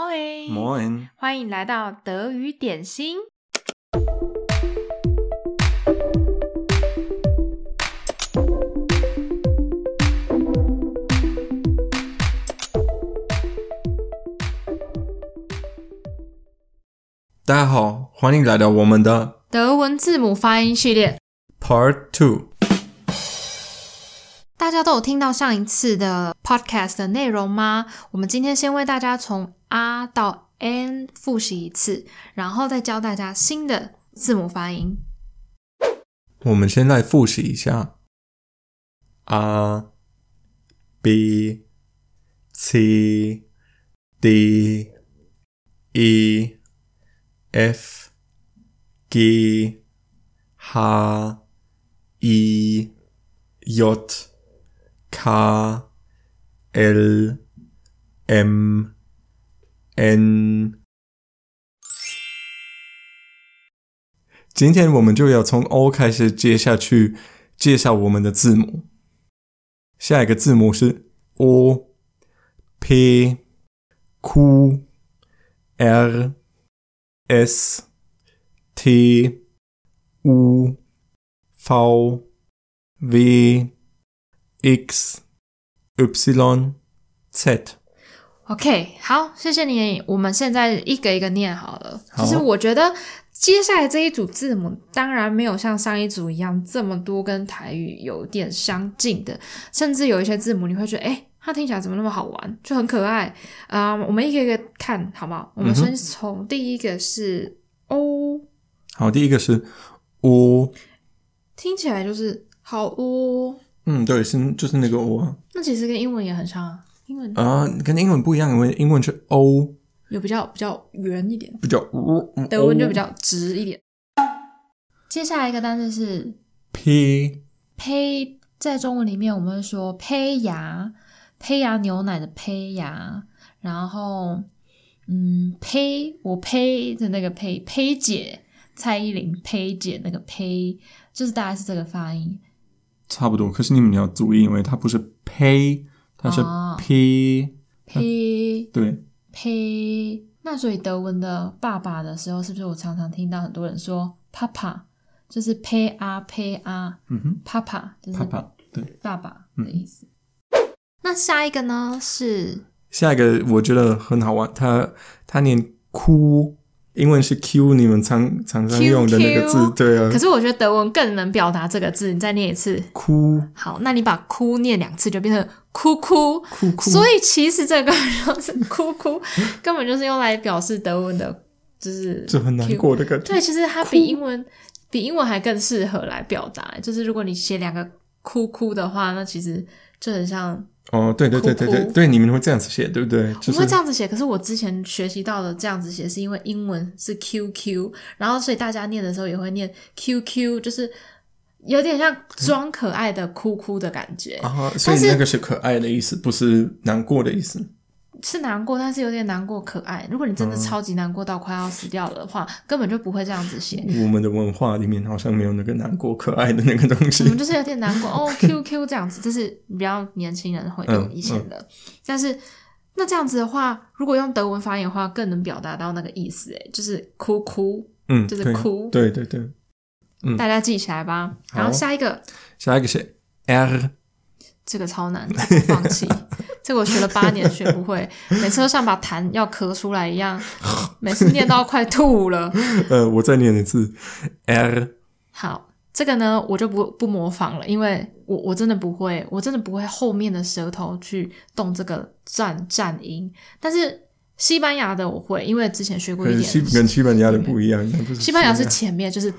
Morning， Moin，欢迎来到德语点心。大家好，欢迎来到我们的德文字母发音系列， Part Two。大家都有听到上一次的 podcast 的内容吗？我们今天先为大家从 R 到 N 复习一次，然后再教大家新的字母发音。我们先来复习一下：a、b、c、d、e、f、g、h、i、j、k、l、m、n。今天我们就要从 O 开始接下去介绍我们的字母。下一个字母是 O、P、Q、R、S、T、U、V、W、X、Y、Z。 OK，好，谢谢你。我们现在一个一个念好了。好就是我觉得接下来这一组字母，当然没有像上一组一样这么多跟台语有点相近的，甚至有一些字母你会觉得，哎、它听起来怎么那么好玩，就很可爱啊、我们一个一个看好不好？我们先从第一个是哦 O，、好，第一个是 O，听起来就是好哦，嗯，对，是就是那个 O 啊，那其实跟英文也很像啊，英文啊，跟英文不一样，因为英文是 O。有比较比较圆一点。比较呜，嗯德文就哦比较直一点。接下来一个单词是 P 胚，在中文里面我们会说胚芽，胚芽牛奶的胚芽，然后嗯，胚我胚的那个胚，胚姐，蔡依林胚姐那个胚，就是大概是这个发音。差不多，可是你们要注意，因为它不是 P，它是哦 P，、胚对，胚，那所以德文的爸爸的时候，是不是我常常听到很多人说 papa，就是胚啊胚啊嗯哼，papa 就是，Papa，对。爸爸的意思。那下一个呢是下一个我觉得很好玩，它它念 Q，英文是 Q，你们常常常 QQ 用的那个字，对啊可是我觉得德文更能表达这个字，你再念一次。 ，Q 好，那你把“哭”念两次，就变成“哭哭”。 Q Q，所以其实这个就是“哭 哭”，根本就是用来表示德文的，就是就很难过的感觉。对，其实它比英文比英文还更适合来表达。就是如果你写两个“哭哭”的话，那其实就很像哦，对对对对对 Q Q 对，你们会这样子写，对不对？就我会是这样子写，可是我之前学习到的这样子写，是因为英文是 QQ，然后所以大家念的时候也会念 QQ，就是有点像装可爱的哭哭的感觉，嗯啊，所以但是那个是可爱的意思，不是难过的意思。是难过，但是有点难过可爱。如果你真嗯的超级难过到快要死掉了的话，根本就不会这样子写。我们的文化里面好像没有那个难过可爱的那个东西我。们就是有点难过哦，QQ 这样子，这是比较年轻人会有嗯以前的。但是那这样子的话，如果用德文发言的话，更能表达到那个意思，诶，就是哭哭，嗯，就是对哭对对对，大家记起来吧。嗯好然后下一个，下一个是 R，这个超难，这个放 弃。这个我学了八年学不会，每次都像把痰要咳出来一样，每次念到快吐了。呃，我再念一次 R 好，这个呢我就不不模仿了，因为我我真的不会，我真的不会后面的舌头去动这个战战音。但是西班牙的我会，因为之前学过一跟西点。跟西班牙的不一样，那不是西班牙是前面就是，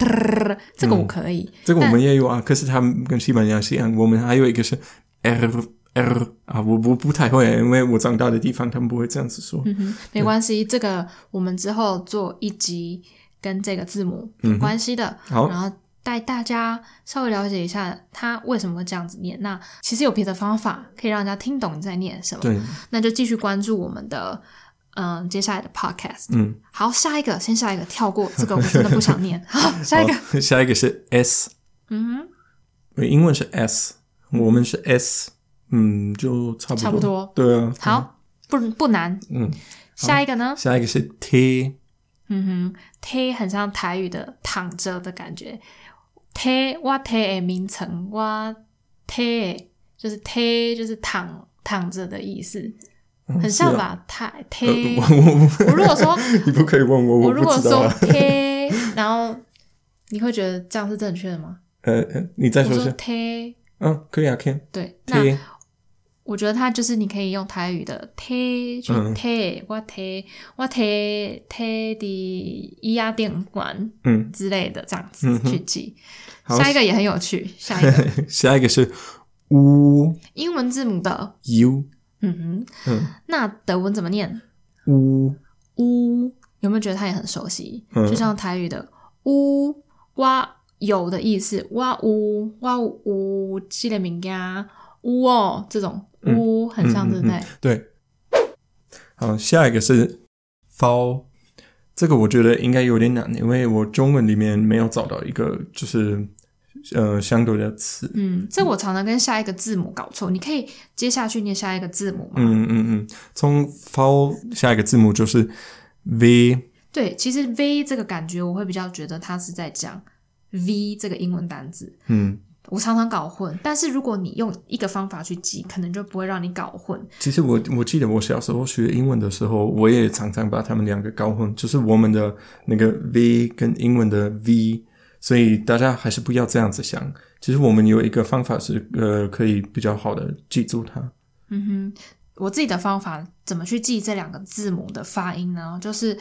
这个我可以。这个我们也有啊，可是他们跟西班牙是一样，我们还有一个是 R R 啊，我我不太会，因为我长大的地方他们不会这样子说。嗯哼，没关系，这个我们之后做一集跟这个字母有关系的，嗯好然后带大家稍微了解一下它为什么会这样子念。那其实有别的方法可以让人家听懂你在念什么，对，那就继续关注我们的嗯接下来的 podcast。嗯，好，下一个，先下一个，跳过这个，我真的不想 念。好，下一个，好，下一个是 S，嗯因为英文是 S，我们是 S，嗯，就差不多，差不多对啊，哼，好，不不难。嗯，下一个呢？下一个是 t，嗯哼，t 很像台语的躺着的感觉。t 哇 t 诶，名称哇 t 就是 t 就是躺躺着的意思，很像是啊吧？台呃 t 我 我我如果说你不可以问我，我如不果知道说啊。 t，然后你会觉得这样是正确的吗？呃，呃你再我说一说下。 t，嗯，可以啊，Ken。对，那 t 我觉得它就是你可以用台语的 t 就嗯 t 我 t 我 t t 的咿呀电管嗯， 之类的这样子嗯哼去记。好下一个也很有趣，下一个 下一个是 u 英文字母的， u，嗯哼，嗯那德文怎么念？ u 乌有没有觉得它也很熟悉？嗯就像台语的乌哇有的意思，哇乌哇乌系列名呀乌哦这种嗯乌很像，对嗯不对嗯？嗯对。好，下一个是 f 这个我觉得应该有点难，因为我中文里面没有找到一个就是呃相对的词。嗯，这我常常跟下一个字母搞错。你可以接下去念下一个字母吗？嗯嗯嗯，从 f 下一个字母就是 v，对，其实 V 这个感觉，我会比较觉得它是在讲 V 这个英文单字。嗯，我常常搞混，但是如果你用一个方法去记，可能就不会让你搞混。其实我我记得我小时候学英文的时候，我也常常把它们两个搞混，就是我们的那个 v 跟英文的 v，所以大家还是不要这样子想。其实我们有一个方法是呃可以比较好的记住它，嗯哼，我自己的方法怎么去记这两个字母的发音呢？就是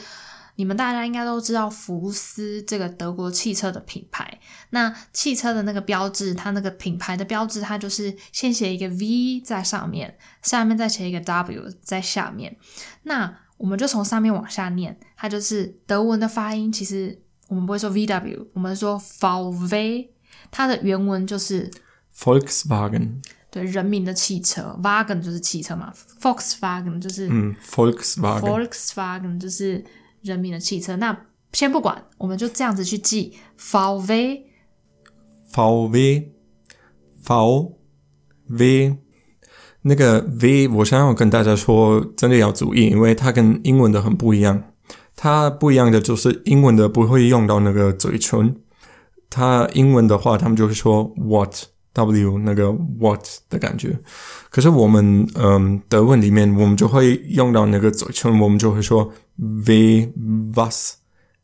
你们大家应该都知道福斯这个德国汽车的品牌，那汽车的那个标志，它那个品牌的标志，它就是先写一个 V 在上面，下面再写一个 W 在下面。那我们就从上面往下念，它就是德文的发音。其实我们不会说 VW，我们说 VW，它的原文就是。 Volkswagen，对，人民的汽车，wagon 就是汽车嘛，Volkswagen 就是嗯，Volkswagen， Volkswagen 就是人民的汽车。那先不管，我们就这样子去记 VW VW V V 那个 V，我想要跟大家说，真的要注意，因为它跟英文的很不一样。它不一样的就是英文的不会用到那个嘴唇，它英文的话，他们就会说 what w 那个 what 的感觉。可是我们嗯德文里面，我们就会用到那个嘴唇，我们就会说 v was，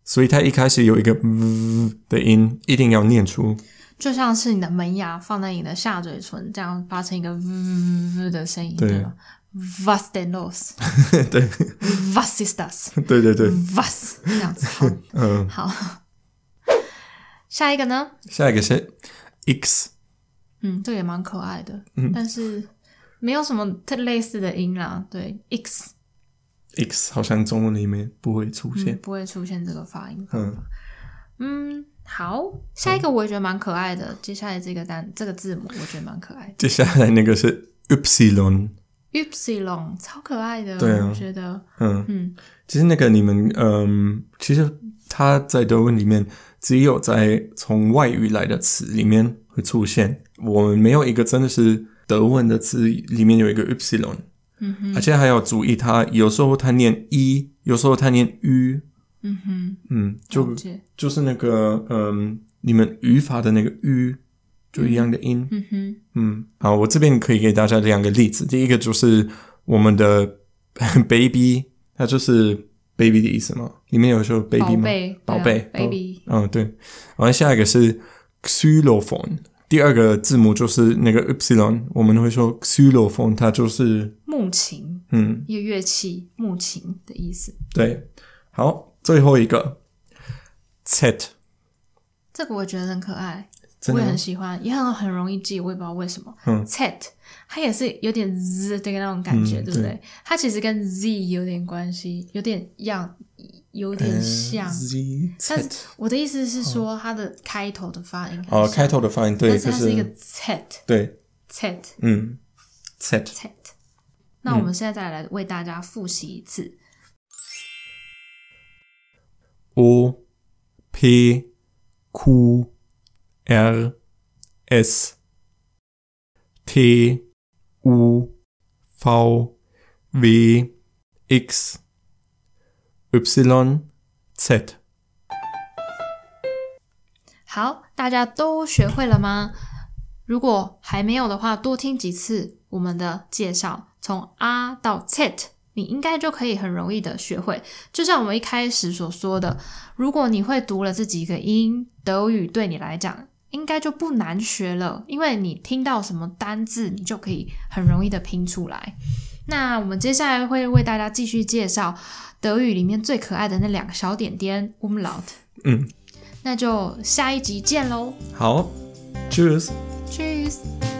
所以它一开始有一个 v 的音，一定要念出。就像是你的门牙放在你的下嘴唇，这样发成一个 V 的声音，对对吗？Was denn los? 对 Was ist das? 对对对， Was 这样子好，嗯，好。下一个呢？下一个是 x，嗯，这个也蛮可爱的，嗯但是没有什么特类似的音啦。对，x x 好像中文里面不会出嗯现。不会出现这个发音。嗯嗯，好，下一个我也觉得蛮可爱的。接下来这个单这个字母，我觉得蛮可爱的接下来那个是 y， ，epsilon 超可爱的，对啊我觉得，嗯，嗯，其实那个你们，嗯，其实它在德文里面只有在从外语来的词里面会出现，我们没有一个真的是德文的词里面有一个 y，嗯哼，而且还要注意它，有时候它念 e，有时候它念 u，嗯哼，哦嗯，就了解就是那个嗯，你们语法的那个 u 就一样的音。嗯哼，嗯，好，我这边可以给大家两个例子。第一个就是我们的 baby，它就是 baby 的意思嘛，里面有说 baby 宝吗？贝，宝贝对啊，baby，嗯，对。然后下一个是 xylophone，第二个字母就是那个 y，我们会说 xylophone，它就是木琴，嗯，一个乐器，木琴的意思。对。好，最后一个 z，这个我觉得很可爱，真我也的吗很喜欢，也很很容易记，我也不知道为什么。嗯 z 它也是有点 z 的那种感觉，嗯对不对对？它其实跟 z 有点关系，有点样，有呃点像。 z 但是 z 我的意思是说，它的开头的发音很哦，像开头的发音 Ah, 对，但是就它是一个是 z 对， z 嗯，z z。那我嗯们现在再来为大家复习一次 O P Q R S T U V W X Y, Z。好，大家都学会了吗？如果还没有的话，多听几次我们的介绍，从 R 到 Z，你应该就可以很容易的学会。就像我们一开始所说的，如果你会读了这几个音，德语对你来讲应该就不难学了，因为你听到什么单字，你就可以很容易的拼出来。那我们接下来会为大家继续介绍德语里面最可爱的那两个小点点 umlaut。嗯，那就下一集见喽好，Cheers。 ，Cheers。